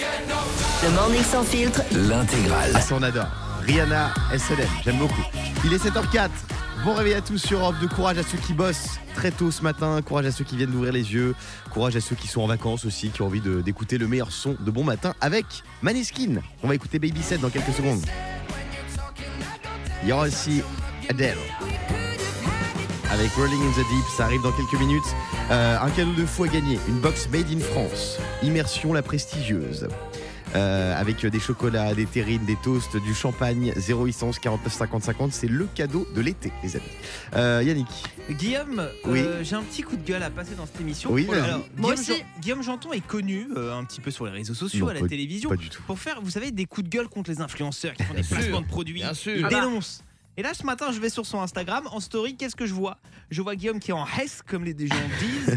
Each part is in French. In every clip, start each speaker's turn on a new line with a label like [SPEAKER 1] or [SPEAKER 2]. [SPEAKER 1] Le morning sans filtre.
[SPEAKER 2] L'intégrale.
[SPEAKER 3] Ah, ça, on adore. Rihanna, SLM, j'aime beaucoup. Il est 7h04. Bon réveil à tous sur Europe de courage à ceux qui bossent très tôt ce matin, courage à ceux qui viennent d'ouvrir les yeux, courage à ceux qui sont en vacances aussi, qui ont envie de- d'écouter le meilleur son de bon matin avec Maneskin. On va écouter Baby 7 dans quelques secondes. Il y aura aussi Adele. Avec Rolling in the Deep, ça arrive dans quelques minutes. Euh, un cadeau de fou à gagner, une box made in France. Immersion la prestigieuse. Euh, avec des chocolats, des terrines, des toasts, du champagne, 0811 49 50 50, c'est le cadeau de l'été, les amis. Euh, Yannick,
[SPEAKER 4] Guillaume,
[SPEAKER 3] Oui.
[SPEAKER 4] euh, j'ai un petit coup de gueule à passer dans cette émission.
[SPEAKER 3] Oui, vas-y.
[SPEAKER 4] Guillaume,
[SPEAKER 1] Moi aussi.
[SPEAKER 4] Jan- Guillaume Janton est connu euh, un petit peu sur les réseaux sociaux,
[SPEAKER 3] Non,
[SPEAKER 4] à la
[SPEAKER 3] pas-
[SPEAKER 4] télévision,
[SPEAKER 3] pas du tout.
[SPEAKER 4] pour faire, vous savez, des coups de gueule contre les influenceurs qui font des
[SPEAKER 3] sûr,
[SPEAKER 4] placements de produits.
[SPEAKER 2] bien sûr.
[SPEAKER 4] Ils
[SPEAKER 2] Ah
[SPEAKER 1] bah.
[SPEAKER 4] dénoncent. Et là, ce matin, je vais sur son Instagram. En story, qu'est-ce que je vois Je vois Guillaume qui est en hesse, comme les gens disent,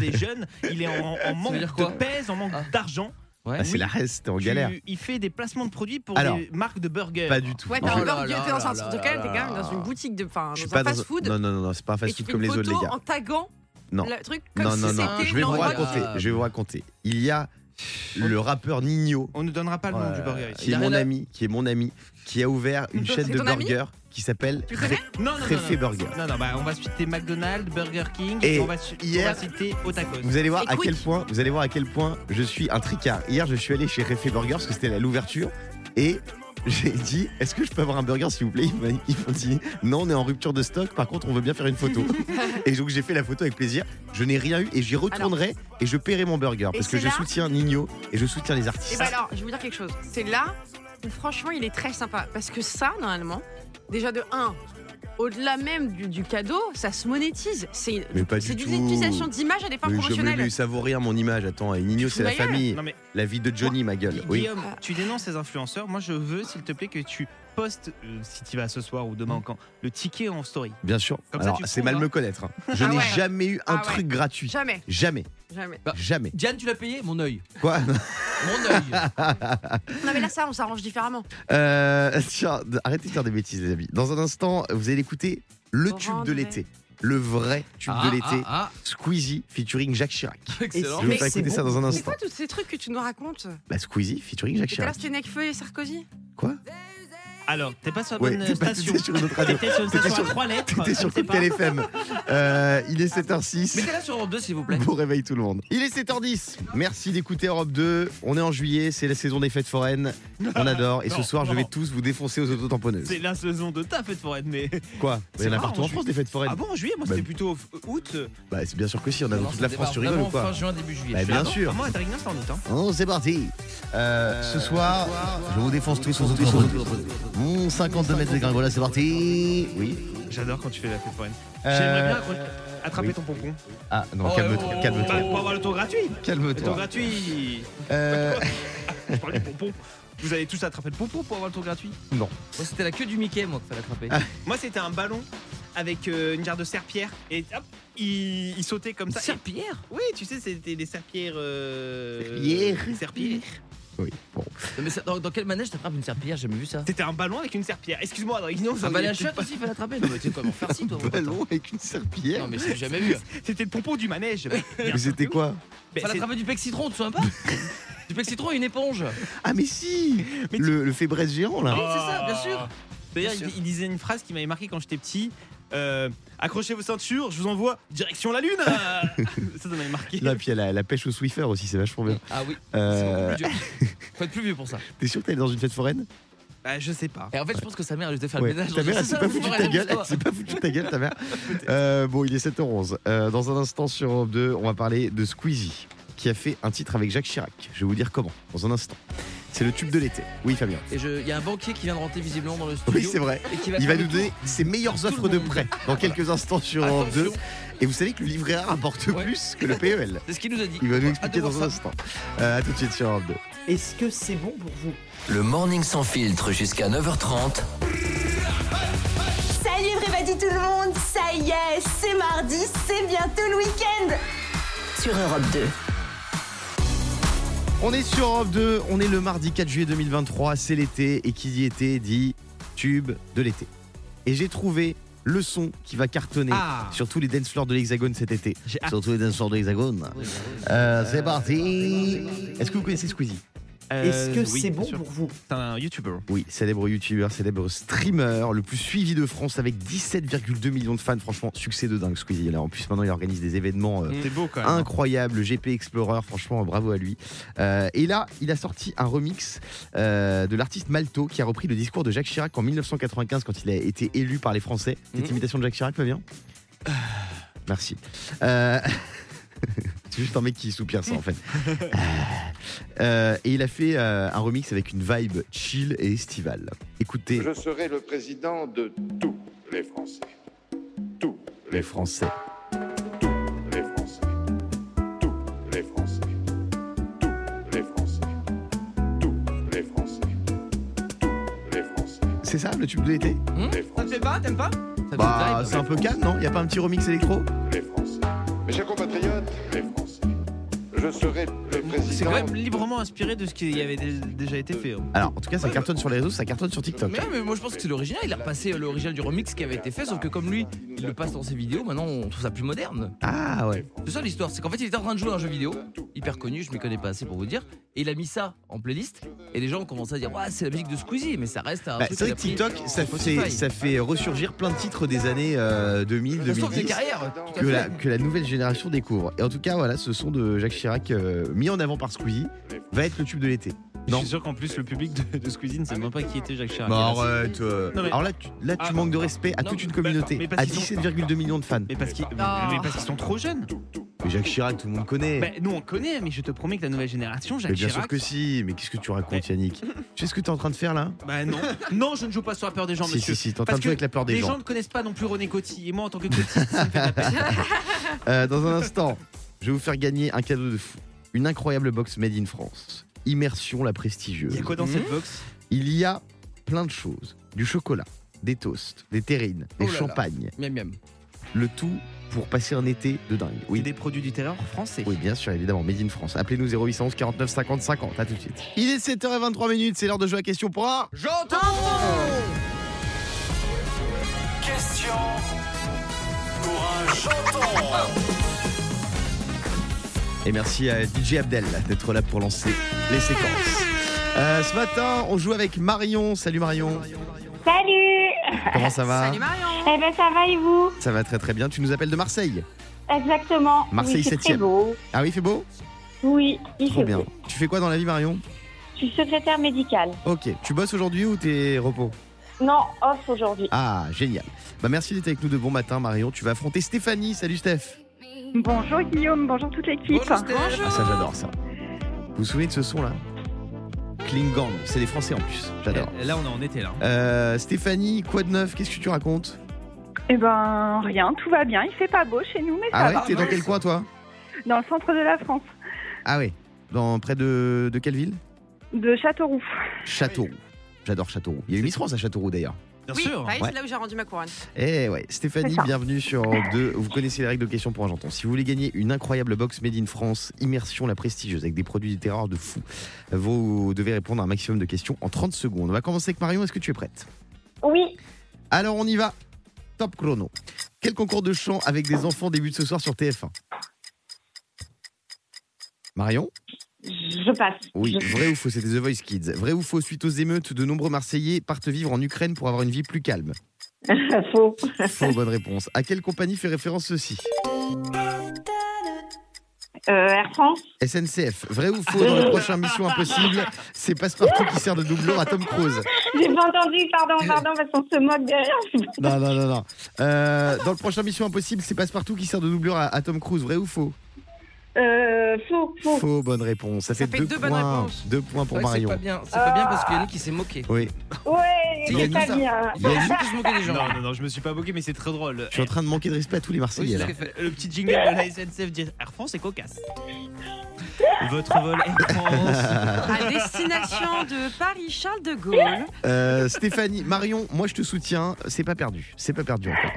[SPEAKER 4] les jeunes. Il est en, en manque
[SPEAKER 2] dire
[SPEAKER 4] de
[SPEAKER 2] quoi
[SPEAKER 4] pèse, en manque
[SPEAKER 2] Ah.
[SPEAKER 4] d'argent.
[SPEAKER 2] Ouais.
[SPEAKER 3] Ah, c'est
[SPEAKER 4] oui.
[SPEAKER 3] la reste, t'es en
[SPEAKER 4] Tu-
[SPEAKER 3] galère.
[SPEAKER 4] Il fait des placements de produits pour
[SPEAKER 3] Alors,
[SPEAKER 4] des marques de burgers.
[SPEAKER 3] Pas du tout.
[SPEAKER 1] Ouais,
[SPEAKER 3] Non,
[SPEAKER 1] t'as
[SPEAKER 2] Oh
[SPEAKER 1] un
[SPEAKER 2] là
[SPEAKER 1] burger,
[SPEAKER 2] là
[SPEAKER 1] t'es dans un
[SPEAKER 2] là
[SPEAKER 1] t'es
[SPEAKER 2] là
[SPEAKER 1] quand même, t'es
[SPEAKER 2] là
[SPEAKER 1] quand même
[SPEAKER 2] là.
[SPEAKER 1] dans une boutique de, enfin,
[SPEAKER 3] je suis
[SPEAKER 1] dans
[SPEAKER 3] pas
[SPEAKER 1] un
[SPEAKER 3] dans
[SPEAKER 1] fast food.
[SPEAKER 3] Non, non, non, non, c'est pas un
[SPEAKER 1] Et
[SPEAKER 3] fast
[SPEAKER 1] tu
[SPEAKER 3] food
[SPEAKER 1] fais
[SPEAKER 3] comme
[SPEAKER 1] une
[SPEAKER 3] les
[SPEAKER 1] photo
[SPEAKER 3] autres, les gars.
[SPEAKER 1] en taguant
[SPEAKER 3] Non.
[SPEAKER 1] le truc comme
[SPEAKER 3] Non,
[SPEAKER 1] si
[SPEAKER 3] non, non,
[SPEAKER 1] c'était
[SPEAKER 3] je vais vous
[SPEAKER 1] une Oh. envoi-
[SPEAKER 3] raconter.
[SPEAKER 2] Ah.
[SPEAKER 3] Je vais vous raconter. Il y a le rappeur Nino,
[SPEAKER 1] Oh,
[SPEAKER 3] euh,
[SPEAKER 4] On ne donnera pas le nom
[SPEAKER 2] Ouais.
[SPEAKER 4] du burger ici.
[SPEAKER 3] qui
[SPEAKER 2] Il
[SPEAKER 3] est
[SPEAKER 2] a
[SPEAKER 3] mon
[SPEAKER 2] rien à-
[SPEAKER 3] ami, qui est mon ami, qui a ouvert une
[SPEAKER 1] C'est
[SPEAKER 3] chaîne de
[SPEAKER 1] ton ami
[SPEAKER 3] burgers qui s'appelle
[SPEAKER 1] Tu le connais
[SPEAKER 4] Non, non, non,
[SPEAKER 3] Préfet
[SPEAKER 4] non.
[SPEAKER 3] Burger.
[SPEAKER 4] Non, non, bah, on va citer McDonald's, Burger King,
[SPEAKER 3] Et
[SPEAKER 4] et on va, su-
[SPEAKER 3] hier-
[SPEAKER 4] on va citer Otakos.
[SPEAKER 3] Vous allez voir à
[SPEAKER 1] Et quick.
[SPEAKER 3] quel point, vous allez voir à quel point je suis un tricard. Hier, je suis allé chez Refé Burger parce que c'était la- l'ouverture et j'ai dit Est-ce que je peux avoir un burger s'il vous plaît Ils m'ont- Ils m'ont dit Non, on est en rupture de stock. Par contre, on veut bien faire une photo. et donc j'ai fait la photo avec plaisir. Je n'ai rien eu et j'y retournerai et je paierai mon burger
[SPEAKER 1] Et
[SPEAKER 3] parce que
[SPEAKER 1] c'est
[SPEAKER 3] je
[SPEAKER 1] là-
[SPEAKER 3] soutiens Nino et je soutiens les
[SPEAKER 1] Et
[SPEAKER 3] artistes.
[SPEAKER 1] bah alors, je vais vous dire quelque chose. C'est là où franchement, il est très sympa. Parce que ça, normalement, déjà de 1, au-delà même du, du cadeau, ça se monétise. C'est
[SPEAKER 3] Mais pas
[SPEAKER 1] c'est
[SPEAKER 3] du
[SPEAKER 1] de
[SPEAKER 3] tout.
[SPEAKER 1] l'utilisation d'images à des fins
[SPEAKER 3] Mais je me
[SPEAKER 1] professionnelles.
[SPEAKER 3] lui ça vaut rien mon image. Attends, et Nino,
[SPEAKER 1] Tu
[SPEAKER 3] c'est la
[SPEAKER 1] fous la gueule.
[SPEAKER 3] famille,
[SPEAKER 4] Non, mais-
[SPEAKER 3] la vie de Johnny, ma gueule. Oui.
[SPEAKER 4] Guillaume, tu dénonces ces influenceurs. Moi, je veux, s'il te plaît, que tu postes, euh, si tu vas ce soir ou
[SPEAKER 3] Mm.
[SPEAKER 4] demain quand, le ticket en story.
[SPEAKER 3] Bien sûr.
[SPEAKER 4] Comme ça,
[SPEAKER 3] Alors,
[SPEAKER 4] tu
[SPEAKER 3] c'est
[SPEAKER 4] prends,
[SPEAKER 3] mal
[SPEAKER 4] hein.
[SPEAKER 3] me connaître. hein. Je
[SPEAKER 1] Ah
[SPEAKER 3] n'ai
[SPEAKER 1] ouais.
[SPEAKER 3] jamais eu un
[SPEAKER 1] Ah ouais.
[SPEAKER 3] truc gratuit.
[SPEAKER 1] Jamais,
[SPEAKER 3] Jamais.
[SPEAKER 1] jamais.
[SPEAKER 3] Jamais.
[SPEAKER 2] Diane, tu l'as payé Mon œil.
[SPEAKER 3] Quoi
[SPEAKER 2] Mon
[SPEAKER 3] Ah,
[SPEAKER 2] œil.
[SPEAKER 1] Non mais là ça, on s'arrange différemment.
[SPEAKER 3] Euh, tiens, d- arrêtez de faire des bêtises, les amis. Dans un instant, vous allez écouter le
[SPEAKER 1] Laurent
[SPEAKER 3] tube de
[SPEAKER 1] André.
[SPEAKER 3] l'été. Le vrai tube
[SPEAKER 2] Ah,
[SPEAKER 3] de l'été.
[SPEAKER 2] ah,
[SPEAKER 3] Squeezie featuring Jacques Chirac.
[SPEAKER 2] ah, Excellent.
[SPEAKER 3] Je vais vous
[SPEAKER 1] Mais
[SPEAKER 3] faire
[SPEAKER 1] c'est
[SPEAKER 3] écouter ça dans un
[SPEAKER 1] C'est
[SPEAKER 3] instant.
[SPEAKER 1] quoi tous ces trucs que tu nous racontes
[SPEAKER 3] Bah, Squeezie featuring Jacques
[SPEAKER 1] Tout à l'heure
[SPEAKER 3] Chirac.
[SPEAKER 1] c'était Necfeu et Sarkozy.
[SPEAKER 3] Quoi
[SPEAKER 4] Alors, t'es pas sur la
[SPEAKER 3] Ouais,
[SPEAKER 4] bonne
[SPEAKER 1] euh,
[SPEAKER 3] t'es pas
[SPEAKER 4] station.
[SPEAKER 3] t'étais sur une autre radio.
[SPEAKER 4] T'étais sur une
[SPEAKER 3] T'étais
[SPEAKER 4] station à
[SPEAKER 3] sur-
[SPEAKER 4] trois lettres.
[SPEAKER 3] T'étais sur
[SPEAKER 4] je sais
[SPEAKER 3] Cocktail
[SPEAKER 4] pas.
[SPEAKER 3] FM. Euh, il
[SPEAKER 1] Ah,
[SPEAKER 3] est 7h06.
[SPEAKER 2] Mettez-la sur Europe 2, s'il vous plaît.
[SPEAKER 3] Bon réveil tout le monde. Il est 7h10. Merci d'écouter Europe 2. On est en juillet, c'est la saison des fêtes foraines. On adore. Et ce
[SPEAKER 4] Non,
[SPEAKER 3] soir, je vais
[SPEAKER 4] non.
[SPEAKER 3] tous vous défoncer aux autotamponneuses.
[SPEAKER 4] C'est la saison de ta fête foraine, mais.
[SPEAKER 3] Quoi Il y
[SPEAKER 4] C'est
[SPEAKER 3] en a
[SPEAKER 4] rare
[SPEAKER 3] partout
[SPEAKER 4] en
[SPEAKER 3] en France des fêtes foraines.
[SPEAKER 4] Ah bon, en juillet, moi,
[SPEAKER 3] Bah-
[SPEAKER 4] c'était plutôt f- euh, août.
[SPEAKER 3] Bah, c'est bien sûr que si, on a dans
[SPEAKER 2] Non,
[SPEAKER 3] toute
[SPEAKER 2] ça
[SPEAKER 3] la
[SPEAKER 2] démarre
[SPEAKER 3] France, tu rigoles ou
[SPEAKER 2] vraiment
[SPEAKER 3] quoi
[SPEAKER 2] Fin juin, début juillet.
[SPEAKER 3] Bah,
[SPEAKER 2] Je suis
[SPEAKER 3] bien
[SPEAKER 2] là, non
[SPEAKER 3] sûr.
[SPEAKER 4] Ah Moi, à Tarignan, c'est en août. Hein.
[SPEAKER 3] Oh, c'est parti Euh, Ce soir, je vous défonce tous aux autour. Mon 52 mètres de gringola, c'est parti Oui.
[SPEAKER 4] J'adore quand tu fais la fête foraine.
[SPEAKER 3] Euh,
[SPEAKER 4] J'aimerais bien accro- attraper
[SPEAKER 3] oui.
[SPEAKER 4] ton pompon.
[SPEAKER 3] Ah non,
[SPEAKER 2] Oh,
[SPEAKER 3] calme-toi,
[SPEAKER 2] oh,
[SPEAKER 4] Bah,
[SPEAKER 3] calme-toi.
[SPEAKER 4] pour avoir le tour gratuit. Le tour
[SPEAKER 3] Calme-toi.
[SPEAKER 4] gratuit.
[SPEAKER 3] Euh,
[SPEAKER 4] Je parle du pompon. Vous allez tous attraper le pompon pour avoir le tour gratuit.
[SPEAKER 2] Moi, C'était la queue du Mickey, moi, qu'il fallait attraper.
[SPEAKER 3] Ah.
[SPEAKER 4] Moi, c'était un ballon avec euh, une jarre de serpillère et hop, il, il sautait comme ça. Et-
[SPEAKER 2] Serpillère
[SPEAKER 4] oui, tu sais, c'était des serpillères. Euh,
[SPEAKER 3] Serpillères.
[SPEAKER 4] des serpillères.
[SPEAKER 3] oui, bon.
[SPEAKER 2] Non, mais ça- dans, dans quel manège t'attrapes une serpillère J'ai jamais vu ça. Ah,
[SPEAKER 4] C'était un ballon avec une serpillère. Excuse-moi, Adrien, non, vous
[SPEAKER 2] Un
[SPEAKER 4] en
[SPEAKER 2] manège
[SPEAKER 4] avez-
[SPEAKER 2] chiotte aussi, il fallait attraper. Non, mais tu sais comment faire si, toi mon pote
[SPEAKER 3] Ballon avec une serpillière
[SPEAKER 2] Non, mais j'ai jamais vu.
[SPEAKER 4] C'était le pompon du manège.
[SPEAKER 3] Mais c'était quoi
[SPEAKER 4] Mais
[SPEAKER 2] Fallait
[SPEAKER 4] c'est-
[SPEAKER 2] attraper du pexitron, tu te souviens pas Du pexitron et une éponge.
[SPEAKER 3] Ah mais si
[SPEAKER 4] Mais
[SPEAKER 3] Le, le fébrez géant là
[SPEAKER 2] Oui, c'est ça, bien sûr.
[SPEAKER 4] D'ailleurs,
[SPEAKER 2] Bien
[SPEAKER 4] il,
[SPEAKER 2] sûr.
[SPEAKER 4] il disait une phrase qui m'avait marqué quand j'étais petit. euh, accrochez vos ceintures, je vous envoie direction la lune. ça, ça m'avait marqué.
[SPEAKER 3] Là, puis il y a la, la pêche au Swiffer aussi, c'est vachement bien.
[SPEAKER 2] Ah oui, c'est beaucoup
[SPEAKER 3] Euh,
[SPEAKER 2] plus dur. Faut être plus vieux pour ça.
[SPEAKER 3] T'es sûr que t'es allé dans une fête foraine
[SPEAKER 4] Bah, je sais pas.
[SPEAKER 2] Et en fait, je pense que sa mère, elle devait faire
[SPEAKER 3] Ouais.
[SPEAKER 2] le ménage.
[SPEAKER 3] Ta mère, elle
[SPEAKER 2] C'est
[SPEAKER 3] s'est
[SPEAKER 2] ça,
[SPEAKER 3] pas
[SPEAKER 2] faut
[SPEAKER 3] foutue de
[SPEAKER 2] faire
[SPEAKER 3] ta
[SPEAKER 2] la
[SPEAKER 3] gueule,
[SPEAKER 2] même
[SPEAKER 3] elle
[SPEAKER 2] histoire.
[SPEAKER 3] s'est pas foutue de ta gueule, ta mère. Euh, bon, il est 7h11. Euh, dans un instant sur Europe 2, on va parler de Squeezie, qui a fait un titre avec Jacques Chirac. Je vais vous dire comment, dans un instant. C'est le tube de l'été. Oui, Fabien.
[SPEAKER 2] Et je- il y a un banquier qui vient de rentrer visiblement dans le studio.
[SPEAKER 3] Oui, c'est vrai.
[SPEAKER 2] Et qui va
[SPEAKER 3] Il va
[SPEAKER 2] faire
[SPEAKER 3] nous
[SPEAKER 2] le tour.
[SPEAKER 3] donner ses meilleures
[SPEAKER 2] Tout le
[SPEAKER 3] offres de
[SPEAKER 2] monde.
[SPEAKER 3] prêt dans quelques instants sur Europe 2.
[SPEAKER 2] Attention,
[SPEAKER 3] Et vous savez que le livret A rapporte
[SPEAKER 2] Ouais.
[SPEAKER 3] plus que le PEL.
[SPEAKER 2] c'est ce qu'il nous a dit.
[SPEAKER 3] Il va nous
[SPEAKER 2] À
[SPEAKER 3] expliquer
[SPEAKER 2] devoir
[SPEAKER 3] dans un
[SPEAKER 2] ça.
[SPEAKER 3] instant. Euh, à tout de suite sur Europe 2.
[SPEAKER 5] Est-ce que c'est bon pour vous
[SPEAKER 6] Le morning sans filtre jusqu'à 9h30.
[SPEAKER 7] Salut everybody tout le monde, ça y est, c'est mardi, c'est bientôt le week-end.
[SPEAKER 1] Sur Europe 2.
[SPEAKER 3] On est sur Europe 2, on est le mardi 4 juillet 2023, c'est l'été et qui dit été dit tube de l'été. Et j'ai trouvé le son qui va cartonner
[SPEAKER 4] Ah.
[SPEAKER 3] sur tous les dance floors de l'Hexagone cet été.
[SPEAKER 4] J'ai hâte.
[SPEAKER 3] Sur tous les dance floors de l'Hexagone.
[SPEAKER 2] Oui, bah oui.
[SPEAKER 3] Euh, c'est parti Est-ce que vous connaissez Squeezie
[SPEAKER 5] Est-ce que
[SPEAKER 4] Euh, oui,
[SPEAKER 5] c'est
[SPEAKER 4] bien
[SPEAKER 5] bon
[SPEAKER 4] sûr.
[SPEAKER 5] pour vous
[SPEAKER 4] C'est un youtubeur.
[SPEAKER 3] Oui, célèbre youtubeur, célèbre streamer, le plus suivi de France avec 17,2 millions de fans. Franchement, succès de dingue, Squeezie. Là, en plus, maintenant, il organise des événements euh,
[SPEAKER 4] C'est beau quand même.
[SPEAKER 3] incroyables. GP Explorer, franchement, bravo à lui. Euh, et là, il a sorti un remix euh, de l'artiste Malto qui a repris le discours de Jacques Chirac en 1995 quand il a été élu par les Français. Cette
[SPEAKER 2] Mhm.
[SPEAKER 3] imitation de Jacques Chirac, Fabien Merci. Euh, C'est juste un mec qui soupire ça en fait. Euh, et il a fait euh, un remix avec une vibe chill et estivale. Écoutez,
[SPEAKER 8] Je serai le président de tous les Français. Tous les
[SPEAKER 3] les
[SPEAKER 8] Français.
[SPEAKER 3] Français.
[SPEAKER 8] Tous les Français. Tous les Français. Tous les Français. Tous les Français. Tous les Français.
[SPEAKER 3] C'est ça le tube de l'été
[SPEAKER 8] Les
[SPEAKER 4] Ça te
[SPEAKER 8] Français.
[SPEAKER 4] fait pas T'aimes pas
[SPEAKER 2] Ça
[SPEAKER 3] Bah,
[SPEAKER 2] fait
[SPEAKER 3] c'est un peu calme, non Y a pas un petit remix électro
[SPEAKER 8] Les Français. Mes chers compatriotes, les Français. Je serai le président.
[SPEAKER 4] C'est quand même
[SPEAKER 8] de-
[SPEAKER 4] librement inspiré de ce qui avait dé- déjà été fait. hein.
[SPEAKER 3] Alors, en tout cas, ça cartonne sur les réseaux, ça cartonne sur TikTok.
[SPEAKER 2] Mais, mais moi je pense que c'est l'original, il a repassé euh, l'original du remix qui avait été fait, sauf que comme lui, il le passe dans ses vidéos, maintenant on trouve ça plus moderne.
[SPEAKER 3] Ah ouais.
[SPEAKER 2] C'est ça l'histoire, c'est qu'en fait il était en train de jouer à un jeu vidéo, hyper connu, je m'y connais pas assez pour vous dire, et il a mis ça en playlist, et les gens ont commencé à dire, ouais, c'est la musique de Squeezie, mais ça reste un
[SPEAKER 3] Bah,
[SPEAKER 2] truc
[SPEAKER 3] c'est vrai que
[SPEAKER 2] qu'il a
[SPEAKER 3] TikTok,
[SPEAKER 2] pris
[SPEAKER 3] ça
[SPEAKER 2] sur
[SPEAKER 3] fait,
[SPEAKER 2] Spotify.
[SPEAKER 3] ça fait ressurgir plein de titres des années euh, 2000,
[SPEAKER 2] Ça sort des
[SPEAKER 3] 2010.
[SPEAKER 2] carrières. tout à
[SPEAKER 3] Que
[SPEAKER 2] fait.
[SPEAKER 3] la, que la nouvelle génération découvre. Et en tout cas, voilà, ce son de Jacques Chirac, euh, mis en avant par Squeezie, va être le tube de l'été.
[SPEAKER 4] Je
[SPEAKER 3] Non.
[SPEAKER 4] suis sûr qu'en plus, le public de, de Squeezie ne sait même pas qui était Jacques Chirac.
[SPEAKER 3] Bah,
[SPEAKER 4] hélas.
[SPEAKER 3] arrête, euh.
[SPEAKER 4] Ah, Non, mais-
[SPEAKER 3] Alors là, tu, là, tu
[SPEAKER 4] Ah.
[SPEAKER 3] manques de respect à
[SPEAKER 2] Non,
[SPEAKER 3] toute une
[SPEAKER 4] mais-
[SPEAKER 3] communauté,
[SPEAKER 4] mais parce
[SPEAKER 3] à
[SPEAKER 4] qu'ils ont-
[SPEAKER 3] 17,2 millions de fans.
[SPEAKER 4] Mais parce qu'ils mais
[SPEAKER 1] Ah.
[SPEAKER 4] parce qu'ils sont trop jeunes.
[SPEAKER 3] Mais Jacques Chirac, tout le monde connaît.
[SPEAKER 4] Bah, nous on connaît, mais je te promets que la nouvelle génération, Jacques
[SPEAKER 3] mais bien sûr
[SPEAKER 4] Chirac.
[SPEAKER 3] que si. Mais qu'est-ce que tu racontes, Yannick Tu sais ce que t'es en train de faire là
[SPEAKER 4] Bah non, non, je ne joue pas sur la peur des gens,
[SPEAKER 3] Si,
[SPEAKER 4] monsieur.
[SPEAKER 3] si, si, t'es en train
[SPEAKER 4] Parce
[SPEAKER 3] de jouer
[SPEAKER 4] que
[SPEAKER 3] avec la peur des
[SPEAKER 4] Les
[SPEAKER 3] gens.
[SPEAKER 4] gens ne connaissent pas non plus René Coty. Et moi, en tant que Coty, ça me fait de la peine.
[SPEAKER 3] Euh, dans un instant, je vais vous faire gagner un cadeau de fou. Une incroyable box made in France. Immersion la prestigieuse.
[SPEAKER 4] Il y a quoi dans cette box
[SPEAKER 3] Il y a plein de choses. Du chocolat, des toasts, des terrines,
[SPEAKER 2] Oh
[SPEAKER 3] des
[SPEAKER 2] là là.
[SPEAKER 3] champagnes.
[SPEAKER 2] Miam miam.
[SPEAKER 3] Le tout pour passer un été de dingue. Oui,
[SPEAKER 4] Oui. Des produits du terreur français.
[SPEAKER 3] oui bien sûr, évidemment. Made in France. Appelez-nous 0811 49 50 50. À tout de suite. Il est 7h23 minutes. C'est l'heure de jouer à question pour un.
[SPEAKER 9] Question pour un chanton.
[SPEAKER 3] Et merci à DJ Abdel d'être là pour lancer les séquences. Euh, ce matin, on joue avec Marion. Salut Marion.
[SPEAKER 10] Salut
[SPEAKER 3] Comment ça va
[SPEAKER 1] Salut Marion
[SPEAKER 10] Eh ben ça va et vous
[SPEAKER 3] Ça va très très bien. Tu nous appelles de Marseille.
[SPEAKER 10] Exactement.
[SPEAKER 3] Marseille
[SPEAKER 10] oui, c'est très
[SPEAKER 3] septième.
[SPEAKER 10] beau.
[SPEAKER 3] Ah oui, il fait beau
[SPEAKER 10] Oui, il
[SPEAKER 3] Trop
[SPEAKER 10] fait
[SPEAKER 3] bien.
[SPEAKER 10] beau.
[SPEAKER 3] Tu fais quoi dans la vie, Marion
[SPEAKER 10] Je suis secrétaire médicale.
[SPEAKER 3] Ok. Tu bosses aujourd'hui ou t'es repos
[SPEAKER 10] Non, off aujourd'hui.
[SPEAKER 3] Ah, génial. Bah, merci d'être avec nous de bon matin, Marion. Tu vas affronter Stéphanie. Salut, Steph.
[SPEAKER 10] Bonjour Guillaume, bonjour toute l'équipe.
[SPEAKER 2] Bonjour, Steph.
[SPEAKER 3] Ah, ça, j'adore ça. Vous vous souvenez de ce son-là Klingon. C'est des Français en plus. J'adore.
[SPEAKER 4] Là, on est en été là.
[SPEAKER 3] Euh, Stéphanie, quoi de neuf Qu'est-ce que tu racontes
[SPEAKER 10] Eh ben rien, tout va bien. Il fait pas beau chez nous, mais
[SPEAKER 3] Ah
[SPEAKER 10] ça
[SPEAKER 3] ouais
[SPEAKER 10] va.
[SPEAKER 3] T'es dans quel coin, toi
[SPEAKER 10] Dans le centre de la France,
[SPEAKER 3] Ah ouais. Dans, près de, de quelle ville
[SPEAKER 10] de Châteauroux.
[SPEAKER 3] Châteauroux. J'adore Châteauroux. Il y a eu Miss France à Châteauroux d'ailleurs.
[SPEAKER 4] Bien
[SPEAKER 1] Oui,
[SPEAKER 4] sûr.
[SPEAKER 1] bah oui,
[SPEAKER 3] Ouais.
[SPEAKER 1] c'est là où j'ai rendu ma couronne.
[SPEAKER 3] Eh ouais,
[SPEAKER 10] C'est
[SPEAKER 3] Stéphanie,
[SPEAKER 10] ça.
[SPEAKER 3] bienvenue sur Europe 2. Vous connaissez les règles de question pour un janton. Si vous voulez gagner une incroyable box made in France, immersion la prestigieuse, avec des produits du terroir de fou, vous devez répondre à un maximum de questions en 30 secondes. On va commencer avec Marion, est-ce que tu es prête
[SPEAKER 10] Oui,
[SPEAKER 3] Alors on y va, top chrono. Quel concours de chant avec des enfants débute ce soir sur TF1 Marion
[SPEAKER 10] je passe.
[SPEAKER 3] Oui,
[SPEAKER 10] Je-
[SPEAKER 3] vrai ou faux, c'était The Voice Kids. Vrai ou faux, suite aux émeutes, de nombreux Marseillais partent vivre en Ukraine pour avoir une vie plus calme.
[SPEAKER 10] Faux.
[SPEAKER 3] Faux, bonne réponse. À quelle compagnie fait référence ceci
[SPEAKER 10] Euh, Air France.
[SPEAKER 3] SNCF, vrai ou faux dans le prochain Mission Impossible C'est Passepartout qui sert de doublon à Tom Cruise.
[SPEAKER 10] J'ai pas entendu, pardon, pardon, parce qu'on se moque derrière.
[SPEAKER 3] Non, non, non, non. Euh, dans le prochain Mission Impossible, c'est Passepartout qui sert de doublure à, à Tom Cruise, vrai ou faux
[SPEAKER 10] Euh, faux, faux.
[SPEAKER 3] Faux, bonne réponse. Ça, fait, deux,
[SPEAKER 1] bonnes
[SPEAKER 3] points,
[SPEAKER 1] réponses.
[SPEAKER 3] deux points pour
[SPEAKER 2] Ouais, C'est pas
[SPEAKER 3] Marion.
[SPEAKER 2] bien, c'est pas bien parce qu'il y en a qui s'est moqué.
[SPEAKER 3] Oui,
[SPEAKER 10] Ouais,
[SPEAKER 2] Si, il y a
[SPEAKER 10] c'est
[SPEAKER 2] tout
[SPEAKER 10] pas
[SPEAKER 2] ça.
[SPEAKER 10] bien.
[SPEAKER 3] Ah.
[SPEAKER 2] Il y a juste qui se moquait des gens.
[SPEAKER 4] Non, non, non, je me suis pas moqué, mais c'est très drôle.
[SPEAKER 3] je suis en train de manquer de respect à tous les
[SPEAKER 2] Oui,
[SPEAKER 3] Marseillais
[SPEAKER 2] c'est
[SPEAKER 3] là.
[SPEAKER 2] ce qu'elle fait.
[SPEAKER 4] Le petit jingle de la SNCF dit Air France est cocasse. Votre vol Air France.
[SPEAKER 1] À destination de Paris Charles de Gaulle.
[SPEAKER 3] Euh, Stéphanie, Marion, moi je te soutiens. C'est pas perdu, c'est pas perdu encore.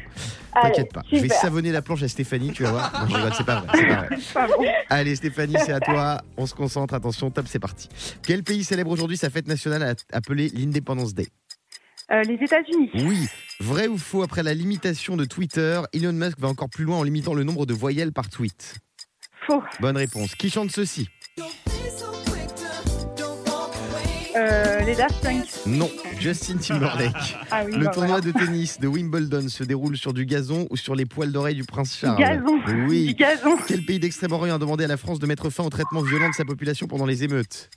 [SPEAKER 10] Allez,
[SPEAKER 3] T'inquiète pas. Je vais
[SPEAKER 10] super.
[SPEAKER 3] savonner la planche à Stéphanie, tu vas voir. Non, je rigole, c'est pas vrai. c'est pas vrai.
[SPEAKER 10] Pas bon.
[SPEAKER 3] Allez Stéphanie, c'est à toi. On se concentre. Attention, top, c'est parti. Quel pays célèbre aujourd'hui sa fête nationale a- appelée l'Independence Day
[SPEAKER 10] Euh, les États-Unis.
[SPEAKER 3] Oui. Vrai ou faux, après la limitation de Twitter, Elon Musk va encore plus loin en limitant le nombre de voyelles par tweet
[SPEAKER 10] Faux.
[SPEAKER 3] Bonne réponse. Qui chante ceci
[SPEAKER 10] Euh, les Daft Punk.
[SPEAKER 3] Non, Justin Timberlake.
[SPEAKER 10] Ah oui,
[SPEAKER 3] Le
[SPEAKER 10] bah
[SPEAKER 3] tournoi
[SPEAKER 10] voilà.
[SPEAKER 3] de tennis de Wimbledon se déroule sur du gazon ou sur les poils d'oreille du prince Charles
[SPEAKER 10] Gazon. Du
[SPEAKER 3] Oui.
[SPEAKER 10] gazon.
[SPEAKER 3] Quel pays d'Extrême-Orient a demandé à la France de mettre fin au traitement violent de sa population pendant les émeutes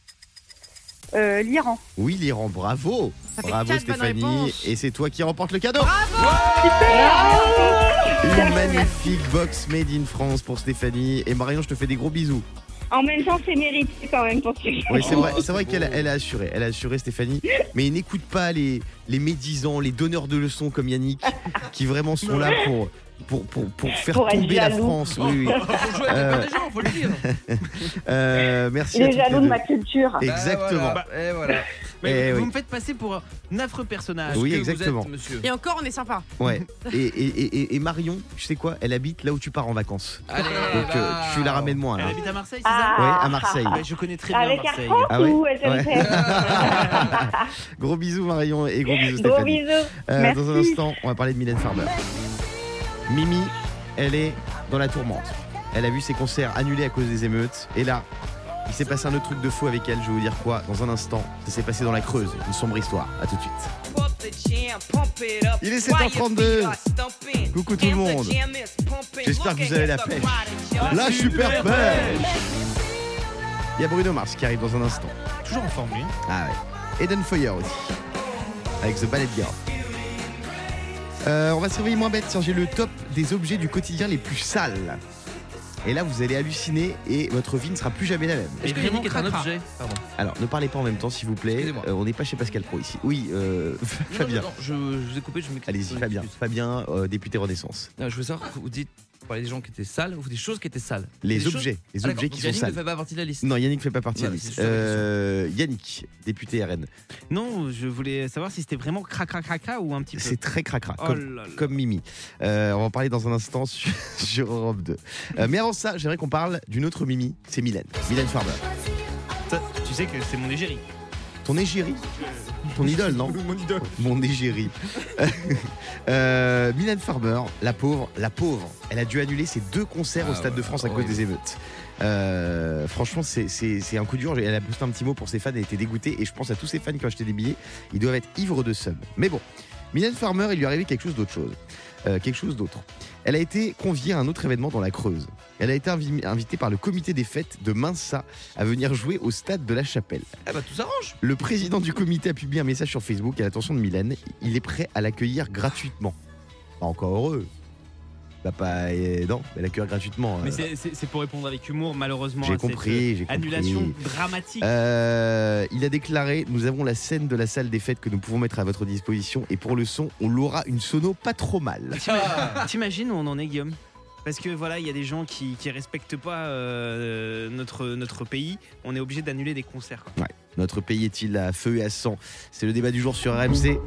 [SPEAKER 10] Euh, L'Iran.
[SPEAKER 3] Oui, l'Iran, bravo
[SPEAKER 1] Ça fait
[SPEAKER 3] Bravo
[SPEAKER 1] quatre bonnes
[SPEAKER 3] Stéphanie,
[SPEAKER 1] réponses.
[SPEAKER 3] et c'est toi qui remporte le cadeau Ah
[SPEAKER 10] Super.
[SPEAKER 3] Une magnifique box made in France pour Stéphanie. Et Marion, je te fais des gros bisous.
[SPEAKER 11] En même temps, c'est mérité quand même pour celui
[SPEAKER 3] Oui, c'est vrai, c'est vrai qu'elle elle a assuré, elle a assuré Stéphanie. Mais n'écoute pas les, les médisants, les donneurs de leçons comme Yannick, qui vraiment sont là pour, pour, pour, pour faire
[SPEAKER 11] Pour être
[SPEAKER 3] tomber la
[SPEAKER 11] jaloux.
[SPEAKER 3] France. Oui, oui.
[SPEAKER 2] Faut jouer
[SPEAKER 3] Euh,
[SPEAKER 2] avec les gens, faut le dire.
[SPEAKER 3] Euh, merci.
[SPEAKER 11] Il
[SPEAKER 3] à
[SPEAKER 11] est
[SPEAKER 3] toutes les
[SPEAKER 11] jaloux de
[SPEAKER 3] deux.
[SPEAKER 11] ma culture.
[SPEAKER 3] Exactement.
[SPEAKER 2] Bah, Et voilà.
[SPEAKER 4] Mais
[SPEAKER 3] Eh
[SPEAKER 4] vous
[SPEAKER 3] oui.
[SPEAKER 4] me faites passer pour un affreux personnage.
[SPEAKER 3] Oui,
[SPEAKER 2] Que vous
[SPEAKER 3] exactement.
[SPEAKER 2] êtes, monsieur.
[SPEAKER 1] Et encore, on est sympa.
[SPEAKER 3] Ouais. Et, et, et- et- et Marion, tu sais quoi Elle habite là où tu pars en vacances.
[SPEAKER 2] Allez,
[SPEAKER 3] Donc euh,
[SPEAKER 2] va.
[SPEAKER 3] tu la ramènes moins.
[SPEAKER 4] Elle
[SPEAKER 3] là.
[SPEAKER 4] habite à Marseille, c'est ça
[SPEAKER 11] Ah.
[SPEAKER 3] Ouais, à Marseille.
[SPEAKER 4] Mais Je connais très bien
[SPEAKER 11] Avec
[SPEAKER 4] Marseille.
[SPEAKER 11] Arthur
[SPEAKER 3] Ah ouais
[SPEAKER 11] ou elle
[SPEAKER 3] Ouais. Gros bisous Marion et gros bisous
[SPEAKER 11] Gros
[SPEAKER 3] Stéphanie.
[SPEAKER 11] bisous.
[SPEAKER 3] Euh, dans un
[SPEAKER 11] Merci.
[SPEAKER 3] instant, on va parler de Mylène Farmer. Mimi, elle est dans la tourmente. Elle a vu ses concerts annulés à cause des émeutes. Et là, il s'est passé un autre truc de fou avec elle. Je vais vous dire quoi dans un instant. Ça s'est passé dans la Creuse. Une sombre histoire. À tout de suite.
[SPEAKER 9] Il est 7h32.
[SPEAKER 3] Coucou tout le monde.
[SPEAKER 9] J'espère que vous avez la pêche.
[SPEAKER 3] La super belle. Il y a Bruno Mars qui arrive dans un instant.
[SPEAKER 4] Toujours en forme, lui.
[SPEAKER 3] Ah ouais. Eden Foyer aussi. Avec The Ballet Girl. Euh, on va surveiller moins bête. Tiens, j'ai le top des objets du quotidien les plus sales. Et là, vous allez halluciner et votre vie ne sera plus jamais la même.
[SPEAKER 2] Est-ce que
[SPEAKER 4] Et
[SPEAKER 2] Yannick est un
[SPEAKER 4] vraiment cracra.
[SPEAKER 2] objet Pardon.
[SPEAKER 3] Alors, ne parlez pas en même temps, s'il vous plaît.
[SPEAKER 2] Excusez-moi.
[SPEAKER 3] Euh, on n'est pas chez Pascal Pro ici. Oui, euh,
[SPEAKER 2] Non,
[SPEAKER 3] Fabien.
[SPEAKER 2] non, non, je, je vous ai coupé, je m'excuse.
[SPEAKER 3] Allez-y,
[SPEAKER 2] Je
[SPEAKER 3] Fabien.
[SPEAKER 2] m'excuse.
[SPEAKER 3] Fabien, euh, député Renaissance.
[SPEAKER 2] Non, je veux savoir, vous dites, vous parlez des gens qui étaient sales ou des choses qui étaient sales
[SPEAKER 3] Les
[SPEAKER 2] Des
[SPEAKER 3] objets.
[SPEAKER 2] choses-
[SPEAKER 3] Les
[SPEAKER 2] Ah,
[SPEAKER 3] objets
[SPEAKER 2] d'accord,
[SPEAKER 3] qui
[SPEAKER 2] donc
[SPEAKER 3] sont
[SPEAKER 2] Yannick
[SPEAKER 3] sales.
[SPEAKER 2] ne fait pas partie de la liste.
[SPEAKER 3] Non, Yannick fait pas partie de la
[SPEAKER 2] Voilà,
[SPEAKER 3] liste.
[SPEAKER 2] c'est sûr,
[SPEAKER 3] Euh, Yannick, député RN.
[SPEAKER 4] Non, je voulais savoir si c'était vraiment cracra cracra ou un petit peu.
[SPEAKER 3] C'est très cracra.
[SPEAKER 4] Oh
[SPEAKER 3] comme-
[SPEAKER 4] là là.
[SPEAKER 3] comme Mimi. Euh, on va en parler dans un instant sur, sur Europe 2. Euh, mais avant ça, j'aimerais qu'on parle d'une autre Mimi, c'est Mylène. Mylène Farmer.
[SPEAKER 4] Ça, tu sais que c'est mon égérie.
[SPEAKER 3] Ton égérie Ton idole, non
[SPEAKER 4] Mon idole.
[SPEAKER 3] Mon égérie. euh, Mylène Farmer, la pauvre, la pauvre, elle a dû annuler ses deux concerts au
[SPEAKER 2] Ah
[SPEAKER 3] Stade de
[SPEAKER 2] ouais,
[SPEAKER 3] France à cause
[SPEAKER 2] horrible.
[SPEAKER 3] des émeutes. Euh, franchement, c'est- c'est c'est un coup dur. Elle a posté un petit mot pour ses fans, elle était dégoûtée. Et je pense à tous ses fans qui ont acheté des billets, ils doivent être ivres de seum. Mais bon, Mylène Farmer, il lui est arrivé quelque chose d'autre chose. Euh, quelque chose d'autre. Elle a été conviée à un autre événement dans la Creuse. Elle a été invi- invitée par le comité des fêtes de Minsa à venir jouer au stade de la Chapelle.
[SPEAKER 2] Eh bah, tout s'arrange.
[SPEAKER 3] Le président du comité a publié un message sur Facebook à l'attention de Mylène. Il est prêt à l'accueillir gratuitement. Pas encore heureux. Bah pas euh, non, mais l'accueillir gratuitement.
[SPEAKER 4] Mais
[SPEAKER 3] euh.
[SPEAKER 4] c'est- c'est c'est pour répondre avec humour, malheureusement.
[SPEAKER 3] J'ai
[SPEAKER 4] à cette,
[SPEAKER 3] compris,
[SPEAKER 4] euh,
[SPEAKER 3] j'ai compris.
[SPEAKER 4] Annulation dramatique.
[SPEAKER 3] Euh, il a déclaré Nous avons la scène de la salle des fêtes que nous pouvons mettre à votre disposition et pour le son, on l'aura une sono pas trop mal.
[SPEAKER 4] T'imagines où on en est, Guillaume Parce que voilà, il y a des gens qui, qui respectent pas euh, notre, notre pays. On est obligé d'annuler des concerts. quoi.
[SPEAKER 3] Notre pays est-il à feu et à sang C'est le débat du jour sur RMC.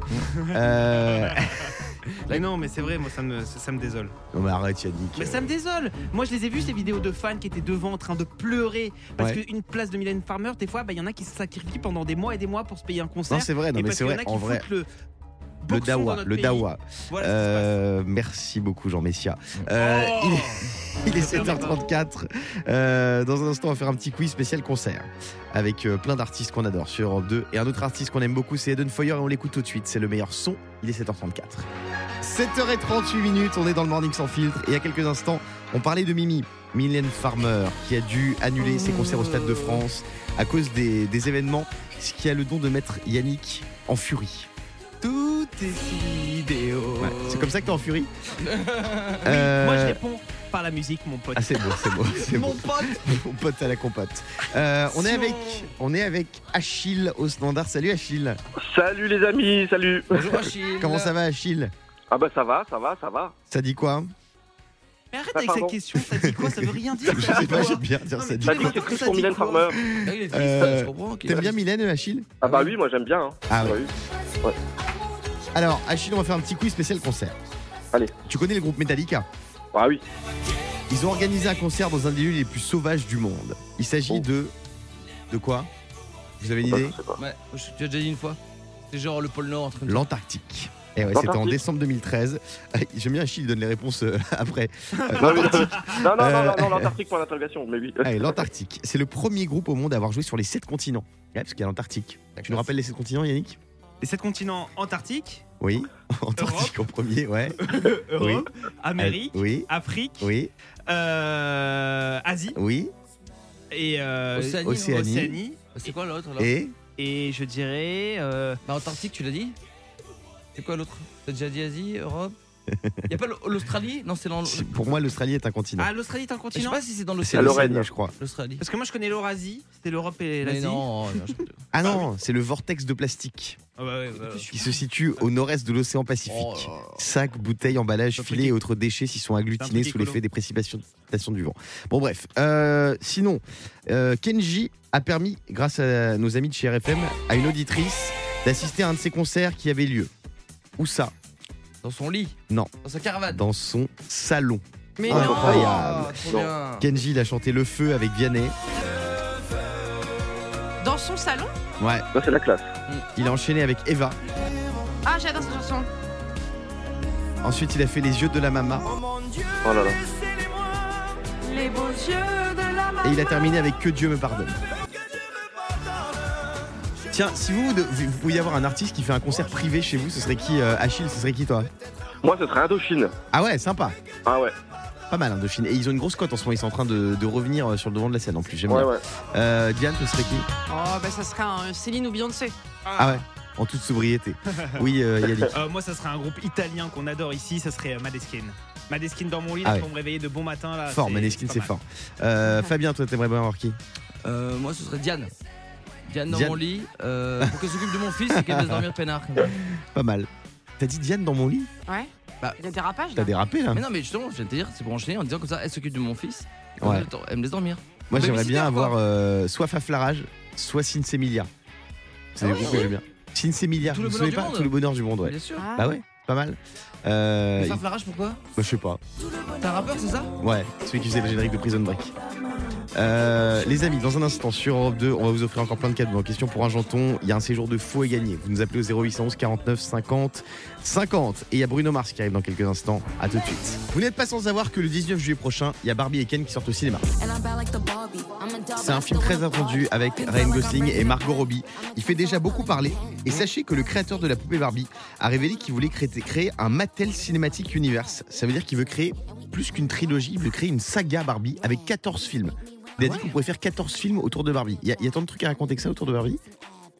[SPEAKER 3] Euh,
[SPEAKER 4] Mais non, mais c'est vrai, moi ça me, ça, ça me désole.
[SPEAKER 3] Non mais arrête Yannick.
[SPEAKER 4] Mais ça me désole Moi je les ai vus, ces vidéos de fans qui étaient devant en train de pleurer. Parce
[SPEAKER 3] Ouais.
[SPEAKER 4] qu'une place de Mylène Farmer, des fois, bah, il y en a qui se sacrifient pendant des mois et des mois pour se payer un concert.
[SPEAKER 3] Non c'est vrai, non
[SPEAKER 4] Et
[SPEAKER 3] mais
[SPEAKER 4] parce
[SPEAKER 3] c'est
[SPEAKER 4] qu'il y
[SPEAKER 3] vrai,
[SPEAKER 4] en a qui
[SPEAKER 3] en vrai.
[SPEAKER 4] foutent le,
[SPEAKER 3] Le
[SPEAKER 4] boxon dans
[SPEAKER 3] dawa,
[SPEAKER 4] notre
[SPEAKER 3] le
[SPEAKER 4] pays.
[SPEAKER 3] dawa.
[SPEAKER 4] Voilà ce qui se passe. Oh,
[SPEAKER 3] Euh, merci beaucoup Jean Messia. Euh,
[SPEAKER 2] Oh.
[SPEAKER 3] il, est- il est 7h34. Euh, dans un instant, on va faire un petit quiz spécial concert avec euh, plein d'artistes qu'on adore sur Europe 2. Et un autre artiste qu'on aime beaucoup, c'est Eden Foyer et on l'écoute tout de suite. C'est le meilleur son. Il est 7h34. 7h38 minutes, on est dans le Morning sans filtre. Et il y a quelques instants, on parlait de Mimi, Mylène Farmer, qui a dû annuler ses concerts au Stade de France à cause des, des événements, ce qui a le don de mettre Yannick en furie.
[SPEAKER 4] Tout est si vidéo.
[SPEAKER 3] Ouais, C'est comme ça que t'es en furie
[SPEAKER 4] Moi
[SPEAKER 3] Euh,
[SPEAKER 4] je réponds par la musique, mon pote.
[SPEAKER 3] Ah c'est beau, c'est beau, c'est beau.
[SPEAKER 4] pote
[SPEAKER 3] Mon pote à la compote. Euh, on est
[SPEAKER 4] Si
[SPEAKER 3] avec, on est avec Achille au standard. Salut Achille.
[SPEAKER 12] Salut les amis, salut.
[SPEAKER 2] Bonjour, Achille.
[SPEAKER 3] Comment ça va Achille
[SPEAKER 12] Ah bah ça va, ça va, ça va.
[SPEAKER 3] Ça dit quoi
[SPEAKER 4] Mais arrête
[SPEAKER 12] Ah,
[SPEAKER 4] avec cette
[SPEAKER 12] pardon.
[SPEAKER 4] question, ça dit quoi Ça veut rien dire.
[SPEAKER 3] Je sais pas, j'aime bien dire
[SPEAKER 4] Non, mais
[SPEAKER 3] ça dit.
[SPEAKER 12] Ça
[SPEAKER 4] Mais
[SPEAKER 12] dit c'est
[SPEAKER 4] maintenant,
[SPEAKER 12] triste
[SPEAKER 4] ça
[SPEAKER 12] pour
[SPEAKER 4] dit
[SPEAKER 12] Mylène
[SPEAKER 4] quoi
[SPEAKER 12] Farmer.
[SPEAKER 2] Ah, il est triste,
[SPEAKER 3] Euh,
[SPEAKER 2] je comprends. qu'il-
[SPEAKER 3] T'aimes bien Mylène Achille
[SPEAKER 12] Ah bah oui, moi j'aime bien. hein.
[SPEAKER 3] Ah ouais.
[SPEAKER 12] Bah oui.
[SPEAKER 3] Alors Achille, on va faire un petit quiz spécial concert.
[SPEAKER 12] Allez.
[SPEAKER 3] Tu connais le groupe Metallica
[SPEAKER 12] Ah oui.
[SPEAKER 3] Ils ont organisé un concert dans un des lieux les plus sauvages du monde. Il s'agit
[SPEAKER 12] Oh.
[SPEAKER 3] de de quoi Vous avez une idée
[SPEAKER 12] Je sais pas.
[SPEAKER 2] Ouais, je- tu as déjà dit une fois. C'est genre le pôle Nord, entre
[SPEAKER 3] L'Antarctique. Eh ouais,
[SPEAKER 12] Dans
[SPEAKER 3] c'était en
[SPEAKER 12] Tartif.
[SPEAKER 3] décembre 2013. J'aime bien Achille, il donne les réponses euh, après.
[SPEAKER 12] Non, mais- non, non, non, non, non,
[SPEAKER 3] Euh, Ah,
[SPEAKER 12] l'Antarctique pour l'interrogation, mais oui.
[SPEAKER 3] Allez, l'Antarctique. C'est le premier groupe au monde à avoir joué sur les 7 continents. Ouais, parce qu'il y a l'Antarctique. Tu nous rappelles les 7 continents, Yannick
[SPEAKER 4] Les sept continents Antarctique,
[SPEAKER 3] Oui. Antarctique en premier, ouais.
[SPEAKER 4] Europe,
[SPEAKER 3] Euh, Oui.
[SPEAKER 4] Amérique,
[SPEAKER 3] Euh, oui.
[SPEAKER 4] Afrique,
[SPEAKER 3] Oui.
[SPEAKER 4] euh, Asie
[SPEAKER 3] Oui.
[SPEAKER 4] et euh,
[SPEAKER 2] Océanie,
[SPEAKER 3] Océanie.
[SPEAKER 4] Océanie.
[SPEAKER 2] C'est quoi l'autre là
[SPEAKER 3] Et
[SPEAKER 4] Et je dirais. euh,
[SPEAKER 2] Bah, Antarctique, tu l'as dit C'est quoi l'autre T'as déjà dit Asie, Europe Y a pas l'Au- l'Australie Non, c'est dans l'-
[SPEAKER 3] C'est- Pour moi, l'Australie est un continent.
[SPEAKER 4] Ah, l'Australie est un
[SPEAKER 2] Je sais
[SPEAKER 4] continent
[SPEAKER 2] pas si c'est dans
[SPEAKER 3] C'est
[SPEAKER 2] l'Océanie.
[SPEAKER 3] Ah, l'Australie, je crois.
[SPEAKER 2] L'Australie.
[SPEAKER 4] Parce que moi je connais l'Eurasie, c'était l'Europe et
[SPEAKER 2] Mais
[SPEAKER 4] l'Asie.
[SPEAKER 2] non, non, je-
[SPEAKER 3] Ah non, c'est le vortex de plastique
[SPEAKER 4] Ah bah ouais, bah ouais.
[SPEAKER 3] qui se situe au nord-est de l'océan Pacifique.
[SPEAKER 2] Oh,
[SPEAKER 3] Sacs, bouteilles, emballages, filets et autres déchets s'y sont agglutinés
[SPEAKER 4] truc
[SPEAKER 3] sous
[SPEAKER 4] écolo.
[SPEAKER 3] l'effet des précipitations précipitations du vent. Bon, bref. Euh, sinon, euh, Kenji a permis, grâce à nos amis de chez RFM, à une auditrice d'assister à un de ses concerts qui avait lieu. Où ça
[SPEAKER 2] Dans son lit,
[SPEAKER 3] Non,
[SPEAKER 2] dans sa caravane.
[SPEAKER 3] dans son salon.
[SPEAKER 1] Mais non.
[SPEAKER 3] Incroyable.
[SPEAKER 2] Ah, trop bien.
[SPEAKER 3] Kenji, il a chanté Le Feu avec Vianney.
[SPEAKER 1] Dans son salon
[SPEAKER 3] Ouais.
[SPEAKER 12] Ça, c'est la classe.
[SPEAKER 3] Il a enchaîné avec Eva.
[SPEAKER 1] Ah, j'adore cette chanson.
[SPEAKER 3] Ensuite, il a fait Les Yeux de la Mama.
[SPEAKER 12] Oh là là.
[SPEAKER 1] Les beaux yeux de la
[SPEAKER 3] Et il a terminé avec Que Dieu me pardonne. Tiens, si vous, de- vous vous pouviez avoir un artiste qui fait un concert privé chez vous, ce serait qui euh, Achille, ce serait qui toi
[SPEAKER 12] Moi, ce serait Indochine.
[SPEAKER 3] Ah ouais, sympa.
[SPEAKER 12] Ah ouais.
[SPEAKER 3] Pas mal Indochine. Et ils ont une grosse cote en ce moment, ils sont en train de, de revenir euh, sur le devant de la scène en plus, j'aime
[SPEAKER 12] Ouais,
[SPEAKER 3] bien.
[SPEAKER 12] ouais.
[SPEAKER 3] Euh, Diane, ce serait qui
[SPEAKER 1] Oh, bah ça serait un Céline ou Beyoncé.
[SPEAKER 3] Ah ouais, en toute sobriété. Oui, euh, Yannick.
[SPEAKER 4] Euh, moi ça serait un groupe italien qu'on adore ici, ça serait euh, Madeskin. Madeskin dans mon lit,
[SPEAKER 3] Ah
[SPEAKER 4] là,
[SPEAKER 3] ouais.
[SPEAKER 4] pour me réveiller de bon matin
[SPEAKER 2] Ah,
[SPEAKER 4] là.
[SPEAKER 3] Fort, Maneskin,
[SPEAKER 4] pas
[SPEAKER 3] c'est
[SPEAKER 4] mal.
[SPEAKER 3] fort. Euh, Fabien, toi, t'aimerais bien avoir qui
[SPEAKER 2] Euh, moi, ce serait Diane. Diane dans
[SPEAKER 3] Diane.
[SPEAKER 2] mon lit, euh, pour qu'elle s'occupe de mon fils et qu'elle me laisse dormir peinard.
[SPEAKER 3] Pas mal. T'as dit Diane dans mon lit
[SPEAKER 1] Ouais.
[SPEAKER 2] Bah,
[SPEAKER 1] Il y a des rapages là.
[SPEAKER 3] T'as dérapé là
[SPEAKER 2] Mais non, mais justement, je viens de te dire, c'est pour enchaîner en disant comme ça, elle s'occupe de mon fils.
[SPEAKER 3] Ouais.
[SPEAKER 2] Elle, me dor- elle me laisse dormir.
[SPEAKER 3] Moi, j'aimerais bien
[SPEAKER 2] Babysitter, quoi.
[SPEAKER 3] avoir euh, soit Faflarage, soit Sinsemilia. C'est des groupes que j'aime bien. Sinsemilia,
[SPEAKER 2] Ah Tout
[SPEAKER 3] vous
[SPEAKER 2] le
[SPEAKER 3] vous
[SPEAKER 2] bonheur
[SPEAKER 3] souvenez
[SPEAKER 2] du
[SPEAKER 3] pas
[SPEAKER 2] monde.
[SPEAKER 3] Tout le bonheur du monde, ouais.
[SPEAKER 2] Bien sûr.
[SPEAKER 1] Ah.
[SPEAKER 3] Bah ouais, pas mal. Euh,
[SPEAKER 2] Mais
[SPEAKER 3] il-
[SPEAKER 2] Faf Larage, pourquoi
[SPEAKER 3] bah, je sais pas.
[SPEAKER 2] T'es un rappeur, c'est ça
[SPEAKER 3] Ouais, celui qui faisait le générique de Prison Break. Euh, les amis, dans un instant sur Europe 2, on va vous offrir encore plein de cadeaux. En question pour un janton, il y a un séjour de fou et gagné. Vous nous appelez au 0811 49 50 50. Et il y a Bruno Mars qui arrive dans quelques instants. À tout de suite. Vous n'êtes pas sans savoir que le 19 juillet prochain, il y a Barbie et Ken qui sortent au cinéma. C'est un film très attendu avec Ryan Gosling et Margot Robbie. Il fait déjà beaucoup parler. Et sachez que le créateur de la poupée Barbie a révélé qu'il voulait créer, créer un Mattel Cinematic Universe. Ça veut dire qu'il veut créer plus qu'une trilogie, il veut créer une saga Barbie avec 14 films. Il a dit qu'on pourrait faire 14 films autour de Barbie. Il y, a- il y a tant de trucs à raconter que ça autour de Barbie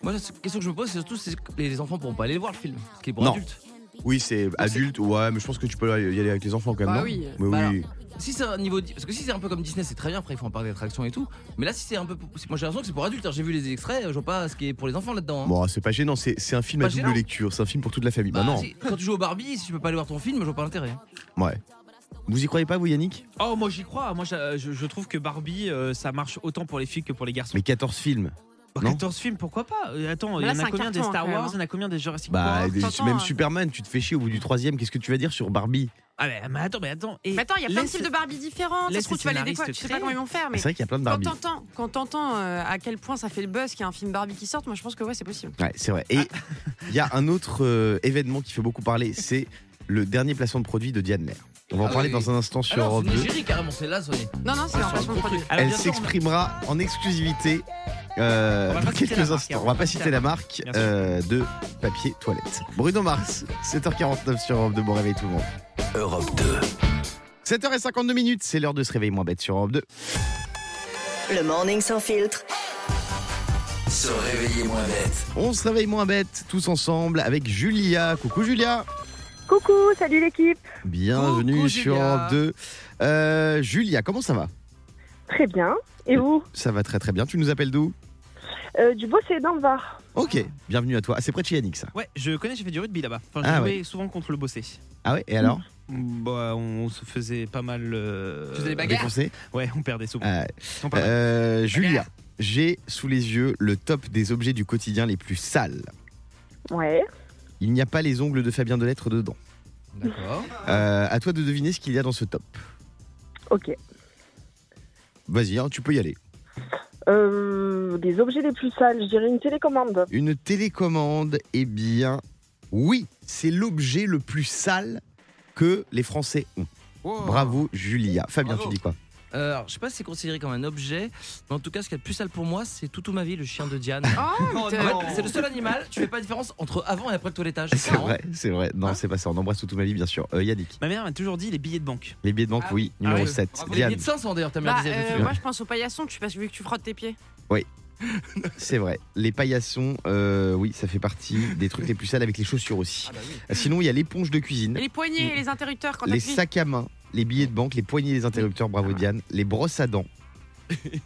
[SPEAKER 2] Moi, la question que je me pose, c'est surtout c'est que les enfants pourront pas aller le voir le film, ce qui est pour
[SPEAKER 3] Non.
[SPEAKER 2] adultes.
[SPEAKER 3] Oui, c'est adulte, ouais, mais je pense que tu peux y aller avec les enfants quand
[SPEAKER 1] Bah
[SPEAKER 3] non
[SPEAKER 1] oui.
[SPEAKER 3] Mais
[SPEAKER 2] Bah Si c'est un niveau. di- Parce que si c'est un peu comme Disney, c'est très bien, après il faut en parler d'attractions et tout. Mais là, si c'est un peu. pour- Moi, j'ai l'impression que c'est pour adultes. hein. J'ai vu les extraits, je vois pas ce qui est pour les enfants là-dedans. hein.
[SPEAKER 3] Bon, c'est pas gênant, c'est c'est un film
[SPEAKER 2] Pas
[SPEAKER 3] à double
[SPEAKER 2] gênant.
[SPEAKER 3] lecture, c'est un film pour toute la famille. Bah,
[SPEAKER 2] Bah,
[SPEAKER 3] non,
[SPEAKER 2] si- quand tu joues au Barbie, si tu peux pas aller voir ton film, je vois pas l'intérêt. hein.
[SPEAKER 3] ouais. Vous y croyez pas, vous, Yannick
[SPEAKER 4] Oh moi j'y crois, moi j'a- je, je trouve que Barbie euh, ça marche autant pour les filles que pour les garçons.
[SPEAKER 3] Mais 14 films
[SPEAKER 4] Bah,
[SPEAKER 3] non
[SPEAKER 4] 14 films, pourquoi pas Euh, Attends,
[SPEAKER 1] Mais
[SPEAKER 4] il y
[SPEAKER 1] là,
[SPEAKER 4] en
[SPEAKER 1] c'est
[SPEAKER 4] a
[SPEAKER 1] un
[SPEAKER 4] combien des
[SPEAKER 1] carton,
[SPEAKER 4] Star
[SPEAKER 1] quand même,
[SPEAKER 4] Wars,
[SPEAKER 1] hein.
[SPEAKER 4] il y en a combien des Jurassic
[SPEAKER 3] Bah,
[SPEAKER 4] Park
[SPEAKER 3] des-
[SPEAKER 1] t'entends,
[SPEAKER 3] même
[SPEAKER 1] hein.
[SPEAKER 3] Superman, tu te fais chier au bout du troisième. Qu'est-ce que tu vas dire sur Barbie
[SPEAKER 4] Ah mais, mais attends, mais attends. Et
[SPEAKER 1] Mais attends, il y a plein de
[SPEAKER 4] laisse-
[SPEAKER 1] films de Barbie différents. Ça
[SPEAKER 4] laisse
[SPEAKER 1] se trouve,
[SPEAKER 4] les
[SPEAKER 1] tu vas les
[SPEAKER 4] scénaristes
[SPEAKER 1] découvrir. Je sais pas
[SPEAKER 4] créer.
[SPEAKER 1] comment ils vont faire, mais.
[SPEAKER 3] C'est vrai qu'il y a plein de
[SPEAKER 1] Quand
[SPEAKER 3] Barbie.
[SPEAKER 1] t'entends, quand t'entends euh, à quel point ça fait le buzz qu'il y a un film Barbie qui sorte, moi je pense que ouais c'est possible.
[SPEAKER 3] Ouais, c'est vrai. Et
[SPEAKER 1] Ah.
[SPEAKER 3] il y a un autre euh, événement qui fait beaucoup parler, c'est le dernier placement de produit de Diane Lair. On va en
[SPEAKER 2] Ah
[SPEAKER 3] parler
[SPEAKER 2] oui.
[SPEAKER 3] dans un instant sur
[SPEAKER 2] Alors,
[SPEAKER 3] Europe
[SPEAKER 2] c'est
[SPEAKER 3] 2.
[SPEAKER 2] Nigérie carrément, c'est là, Sony.
[SPEAKER 1] Non non
[SPEAKER 3] Ah,
[SPEAKER 1] c'est un placement de produit.
[SPEAKER 4] Alors,
[SPEAKER 3] Elle
[SPEAKER 4] Ah, bien sûr, on a-
[SPEAKER 3] s'exprimera en exclusivité euh,
[SPEAKER 4] On va pas
[SPEAKER 3] dans
[SPEAKER 4] citer la
[SPEAKER 3] quelques
[SPEAKER 4] marque, hein.
[SPEAKER 3] instants. On va pas citer la marque
[SPEAKER 4] Bien sûr.
[SPEAKER 3] euh, de papier toilette. Bruno Mars, 7h49 sur Europe 2. Bon réveil tout le monde.
[SPEAKER 6] Europe 2.
[SPEAKER 3] 7h52 minutes, c'est l'heure de se réveiller moins bête sur Europe 2.
[SPEAKER 7] Le morning sans filtre.
[SPEAKER 6] Se réveiller moins bête.
[SPEAKER 3] On se réveille moins bête tous ensemble avec Julia. Coucou Julia.
[SPEAKER 11] Coucou, salut l'équipe.
[SPEAKER 3] Bienvenue
[SPEAKER 2] Coucou,
[SPEAKER 3] sur
[SPEAKER 2] Julia.
[SPEAKER 3] Europe 2. Euh, Julia, comment ça va
[SPEAKER 11] Très bien. Et vous
[SPEAKER 3] Ça va très très bien. Tu nous appelles d'où
[SPEAKER 11] Euh, Du Bossé dans le Var.
[SPEAKER 3] Ok, bienvenue à toi. Ah, c'est près de chez Yannick ça.
[SPEAKER 4] Ouais, je connais, j'ai fait du rugby là-bas. Enfin, je
[SPEAKER 3] Ah
[SPEAKER 4] jouais souvent contre le Bossé.
[SPEAKER 3] Ah ouais, et alors
[SPEAKER 4] Bah, on se faisait pas mal. euh,
[SPEAKER 2] Tu faisais des bagarres
[SPEAKER 3] Défoncé
[SPEAKER 4] Ouais, on perdait souvent.
[SPEAKER 3] Ah,
[SPEAKER 4] Ils sont pas mal.
[SPEAKER 3] euh, Julia, j'ai sous les yeux le top des objets du quotidien les plus sales.
[SPEAKER 11] Ouais.
[SPEAKER 3] Il n'y a pas les ongles de Fabien Delettre dedans.
[SPEAKER 2] D'accord.
[SPEAKER 3] Euh, à toi de deviner ce qu'il y a dans ce top.
[SPEAKER 11] Ok.
[SPEAKER 3] Vas-y, hein, tu peux y aller.
[SPEAKER 11] Euh, les objets les plus sales, je dirais une télécommande.
[SPEAKER 3] Une télécommande, eh bien, Oui, c'est l'objet le plus sale que les Français ont. Bravo Julia. Fabien,
[SPEAKER 2] Bravo.
[SPEAKER 3] tu dis quoi
[SPEAKER 2] Euh, alors, je sais pas si c'est considéré comme un objet, mais en tout cas, ce qui est le plus sale pour moi, c'est Toutou ma vie, le chien de Diane.
[SPEAKER 1] mais
[SPEAKER 4] Oh,
[SPEAKER 2] En
[SPEAKER 1] t'es-
[SPEAKER 2] fait, c'est le seul animal, tu fais pas la différence entre avant et après le toilettage.
[SPEAKER 3] Ah, C'est vrai, c'est vrai. Non, c'est pas ça. On embrasse toute ma vie, bien sûr. Euh, Yannick.
[SPEAKER 4] Ma mère m'a toujours dit les billets de banque.
[SPEAKER 3] Les billets de banque, oui, numéro 7.
[SPEAKER 2] Les
[SPEAKER 3] Diane.
[SPEAKER 2] billets de 500 d'ailleurs, ta mère
[SPEAKER 1] Bah,
[SPEAKER 2] disait.
[SPEAKER 1] euh,
[SPEAKER 3] dessus.
[SPEAKER 1] moi, je pense aux paillassons, tu, parce que vu que tu frottes tes pieds.
[SPEAKER 3] Oui. C'est vrai. Les paillassons, euh, oui, ça fait partie des trucs les plus sales avec les chaussures
[SPEAKER 2] Ah,
[SPEAKER 3] aussi.
[SPEAKER 2] bah
[SPEAKER 3] Euh, Sinon, il y a l'éponge de cuisine,
[SPEAKER 1] Et les poignets et les interrupteurs quand
[SPEAKER 3] les
[SPEAKER 1] t'appuies.
[SPEAKER 3] sacs à main, les billets de banque, les poignées des interrupteurs, bravo Diane, les brosses à dents.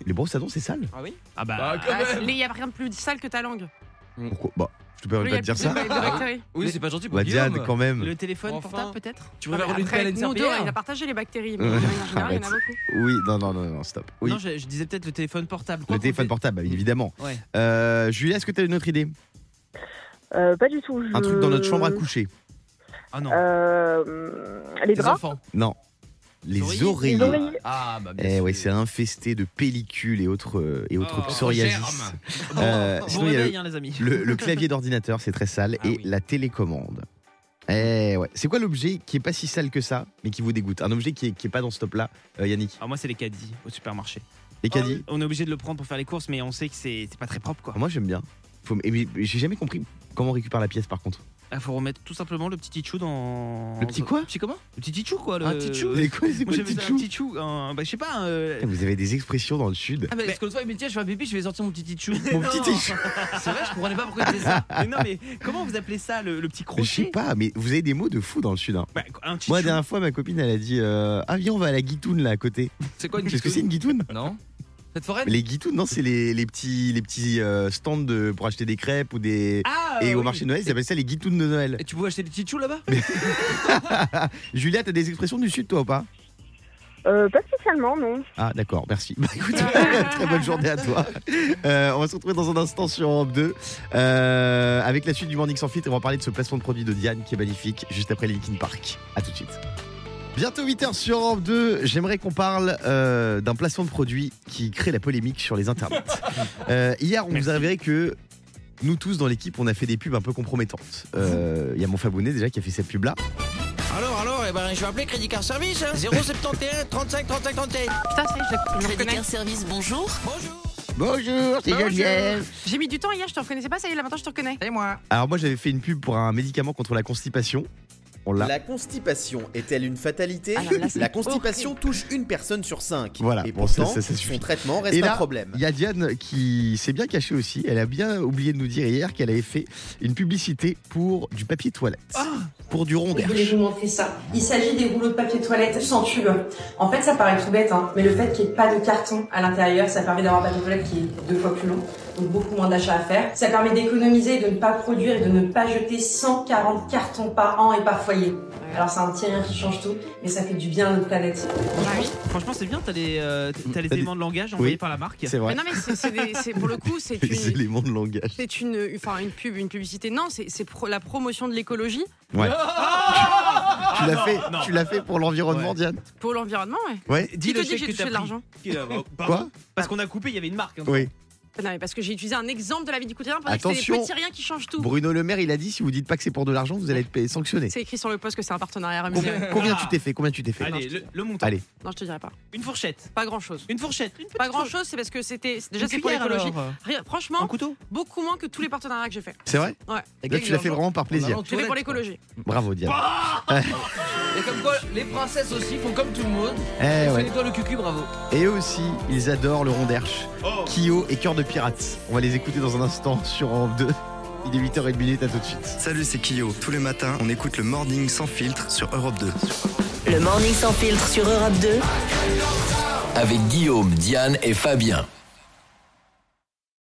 [SPEAKER 3] les brosses à dents, c'est sale
[SPEAKER 2] Ah oui
[SPEAKER 4] Ah
[SPEAKER 2] bah.
[SPEAKER 1] Ah, c'est- Il y a rien de plus sale que ta langue.
[SPEAKER 3] Pourquoi Bah, je te permets
[SPEAKER 1] Oui,
[SPEAKER 3] pas de
[SPEAKER 1] il y a
[SPEAKER 3] dire ça.
[SPEAKER 1] plus de- de bactéries.
[SPEAKER 2] Oui, c'est pas gentil pour
[SPEAKER 3] Bah,
[SPEAKER 2] Guillaume.
[SPEAKER 3] Diane, quand même.
[SPEAKER 4] Le téléphone
[SPEAKER 2] Enfin.
[SPEAKER 4] portable peut-être
[SPEAKER 2] Tu
[SPEAKER 1] Ah,
[SPEAKER 2] préfères
[SPEAKER 1] mais
[SPEAKER 2] une
[SPEAKER 1] après,
[SPEAKER 2] pelle à une
[SPEAKER 1] nous deux,
[SPEAKER 2] serpillière
[SPEAKER 1] il a partagé les bactéries. Mais en général, il y en a beaucoup.
[SPEAKER 3] Oui, non, non, non, non, stop. Oui.
[SPEAKER 4] ah, Non, je, je disais peut-être le téléphone portable.
[SPEAKER 3] le téléphone portable, évidemment.
[SPEAKER 4] Ouais.
[SPEAKER 3] Euh, Julia, est-ce que tu as une autre idée
[SPEAKER 11] Euh, pas du tout.
[SPEAKER 3] Un
[SPEAKER 11] je-
[SPEAKER 3] truc dans notre chambre à coucher
[SPEAKER 4] Ah non.
[SPEAKER 11] Euh, les
[SPEAKER 2] Les
[SPEAKER 11] draps.
[SPEAKER 2] enfants.
[SPEAKER 3] Non. Les oreillers.
[SPEAKER 11] Les oreillers.
[SPEAKER 2] Ah bah bien
[SPEAKER 3] Eh
[SPEAKER 2] sûr.
[SPEAKER 3] ouais, c'est infesté de pellicules et autres, euh, et autres
[SPEAKER 2] Oh,
[SPEAKER 3] psoriasis.
[SPEAKER 2] germes.
[SPEAKER 3] Euh,
[SPEAKER 4] Bon
[SPEAKER 3] sinon, il y a
[SPEAKER 4] réveil,
[SPEAKER 3] le-
[SPEAKER 4] hein, les amis.
[SPEAKER 3] le, le clavier d'ordinateur, c'est très sale, et la télécommande. Eh ouais. C'est quoi l'objet qui est pas si sale que ça, mais qui vous dégoûte Un objet qui est, qui est pas dans ce top-là, euh, Yannick
[SPEAKER 4] Alors Ah, moi, c'est les caddies au supermarché. Ah,
[SPEAKER 3] Les caddies
[SPEAKER 4] On est obligé de le prendre pour faire les courses, mais on sait que c'est c'est pas très propre quoi.
[SPEAKER 3] Moi j'aime bien. Faut m- et mais- mais J'ai jamais compris comment on récupère la pièce par contre.
[SPEAKER 4] Il Ah, faut remettre tout simplement le petit tichou dans.
[SPEAKER 3] Le petit quoi
[SPEAKER 4] Le petit comment Le petit tichou quoi. Le...
[SPEAKER 2] Un tichou
[SPEAKER 3] C'est quoi, c'est
[SPEAKER 4] Moi
[SPEAKER 3] quoi le
[SPEAKER 4] j'avais ça,
[SPEAKER 3] tichou
[SPEAKER 4] un tichou. un- Bah, je sais pas. euh,
[SPEAKER 3] Putain, Vous avez des expressions dans le sud.
[SPEAKER 2] Ah, mais parce que l'autre fois, il me dit, tiens, je fais un pipi, je vais sortir mon petit tichou.
[SPEAKER 4] Ah,
[SPEAKER 3] Mon petit tichou.
[SPEAKER 2] C'est vrai, je comprenais pas pourquoi il faisait ça.
[SPEAKER 4] Mais non, mais comment vous appelez ça le, le
[SPEAKER 3] Je
[SPEAKER 4] petit
[SPEAKER 3] sais
[SPEAKER 4] crochet
[SPEAKER 3] pas, mais vous avez des mots de fou dans le sud. hein.
[SPEAKER 4] Bah, Un tichou.
[SPEAKER 3] Moi, la dernière fois, ma copine, elle a dit euh, Ah, viens, on va à la guitoune là à côté.
[SPEAKER 2] C'est quoi une
[SPEAKER 3] Qu'est-ce que c'est une guitoune
[SPEAKER 2] Non Cette forêt
[SPEAKER 3] Les guitounes, non, c'est les, les petits, les petits euh, stands de- pour acheter des crêpes ou des.
[SPEAKER 2] Ah,
[SPEAKER 3] et au
[SPEAKER 2] oui.
[SPEAKER 3] marché de Noël, ils appellent ça les guitounes de Noël.
[SPEAKER 2] Et tu pouvais acheter des tichous là-bas
[SPEAKER 3] Julia, t'as des expressions du Sud, toi ou pas
[SPEAKER 11] Euh, pas spécialement, non.
[SPEAKER 3] Ah, d'accord, merci. Bah écoute, très bonne journée à toi. Euh, on va se retrouver dans un instant sur Europe 2 euh, avec la suite du Morning Sans Filtre et on va parler de ce placement de produit de Diane qui est magnifique juste après Linkin Park. À tout de suite. Bientôt 8h sur Europe 2, j'aimerais qu'on parle euh, d'un placement de produit qui crée la polémique sur les internets. Euh, hier, on vous a avéré que nous tous dans l'équipe, on a fait des pubs un peu compromettantes. Euh, Il y a mon Fabonnet déjà qui a fait cette pub-là.
[SPEAKER 9] Alors, alors, eh ben, je vais appeler Crédit Car Service, hein, 071 35 35 31.
[SPEAKER 1] Putain, ça y est, je la- je la reconnais.
[SPEAKER 7] Service, bonjour.
[SPEAKER 3] Bonjour, c'est
[SPEAKER 1] Bonjour. J'ai mis du temps hier, je te reconnaissais pas, ça y est, là maintenant je te reconnais. Ah,
[SPEAKER 2] Et moi
[SPEAKER 3] Alors moi j'avais fait une pub pour un médicament contre la constipation. On l'a.
[SPEAKER 13] La constipation est-elle une fatalité
[SPEAKER 1] Alors là, c'est
[SPEAKER 13] La constipation touche une personne sur cinq.
[SPEAKER 3] Voilà,
[SPEAKER 13] Et
[SPEAKER 3] bon, ça-
[SPEAKER 13] pourtant,
[SPEAKER 3] ça- ça suffit.
[SPEAKER 13] son traitement reste
[SPEAKER 3] Et là,
[SPEAKER 13] un problème.
[SPEAKER 3] il y a Diane qui s'est bien cachée aussi. Elle a bien oublié de nous dire hier qu'elle avait fait une publicité pour du papier toilette, pour du rond
[SPEAKER 1] Ah
[SPEAKER 14] Je
[SPEAKER 1] Oh,
[SPEAKER 14] voulais vous montrer ça. Il s'agit des rouleaux de papier toilette sans tube. En fait, ça paraît tout bête, hein, mais le fait qu'il n'y ait pas de carton à l'intérieur, ça permet d'avoir un papier toilette qui est deux fois plus long, donc beaucoup moins d'achats à faire. Ça permet d'économiser, de ne pas produire et de ne pas jeter 140 cartons par an et par foyer. Alors c'est un petit rien qui change tout, mais ça fait du bien à notre planète.
[SPEAKER 1] Ah
[SPEAKER 4] Franchement, c'est bien, t'as les, euh, t'as les éléments de langage envoyés par la marque.
[SPEAKER 3] C'est vrai.
[SPEAKER 1] Mais non, mais c'est- c'est des- c'est- pour le coup, c'est
[SPEAKER 3] Les
[SPEAKER 1] une,
[SPEAKER 3] éléments de langage.
[SPEAKER 1] c'est une, enfin, une pub, une publicité. Non, c'est c'est pro- la promotion de l'écologie
[SPEAKER 3] Ouais. tu l'as
[SPEAKER 4] non,
[SPEAKER 3] fait,
[SPEAKER 4] non.
[SPEAKER 3] tu l'as fait pour l'environnement, Diane.
[SPEAKER 1] pour l'environnement, ouais.
[SPEAKER 3] Ouais.
[SPEAKER 1] Qui te dit que j'ai
[SPEAKER 4] chèque
[SPEAKER 1] touché
[SPEAKER 4] t'as
[SPEAKER 1] de l'argent
[SPEAKER 4] pris. Euh, bah, pardon.
[SPEAKER 3] Quoi
[SPEAKER 4] Parce qu'on a coupé, il y avait une marque. hein.
[SPEAKER 3] Oui.
[SPEAKER 1] Non, mais parce que j'ai utilisé un exemple de la vie du quotidien pour dire que c'est des
[SPEAKER 3] Attention.
[SPEAKER 1] petits riens qui changent tout.
[SPEAKER 3] Bruno Le Maire, il a dit si vous dites pas que c'est pour de l'argent, vous allez être payé- sanctionné.
[SPEAKER 1] C'est écrit sur le poste que c'est un partenariat rémunéré.
[SPEAKER 3] Combien, combien tu t'es fait Combien tu t'es fait
[SPEAKER 4] Allez, le, le montant.
[SPEAKER 3] Allez.
[SPEAKER 1] Non, je te dirai pas.
[SPEAKER 4] Une fourchette.
[SPEAKER 1] Pas grand chose.
[SPEAKER 4] Une fourchette. Une petite
[SPEAKER 1] Pas grand chose, c'est parce que c'était. Déjà,
[SPEAKER 4] Une
[SPEAKER 1] c'est pour
[SPEAKER 4] cuillère,
[SPEAKER 1] l'écologie.
[SPEAKER 3] euh,
[SPEAKER 4] alors.
[SPEAKER 1] Rien-
[SPEAKER 4] Un
[SPEAKER 1] Franchement,
[SPEAKER 4] couteau.
[SPEAKER 1] beaucoup moins que tous les partenariats que j'ai fait.
[SPEAKER 3] C'est vrai
[SPEAKER 1] Ouais.
[SPEAKER 3] Là, tu l'as fait vraiment par plaisir.
[SPEAKER 1] Je l'ai fait pour l'écologie.
[SPEAKER 3] Bravo, Diane.
[SPEAKER 2] Et comme quoi, les princesses aussi font comme tout le monde.
[SPEAKER 3] Eh ouais.
[SPEAKER 2] toi le cucu, bravo.
[SPEAKER 3] Et eux aussi, ils adorent le ronderche. Kyo et Cœur de Pirate. On va les écouter dans un instant sur Europe 2. Il est 8h01, à tout de suite.
[SPEAKER 15] Salut, c'est Kyo. Tous les matins, on écoute le Morning sans filtre sur Europe 2.
[SPEAKER 7] Le morning sans filtre sur Europe 2.
[SPEAKER 6] Avec Guillaume, Diane et Fabien.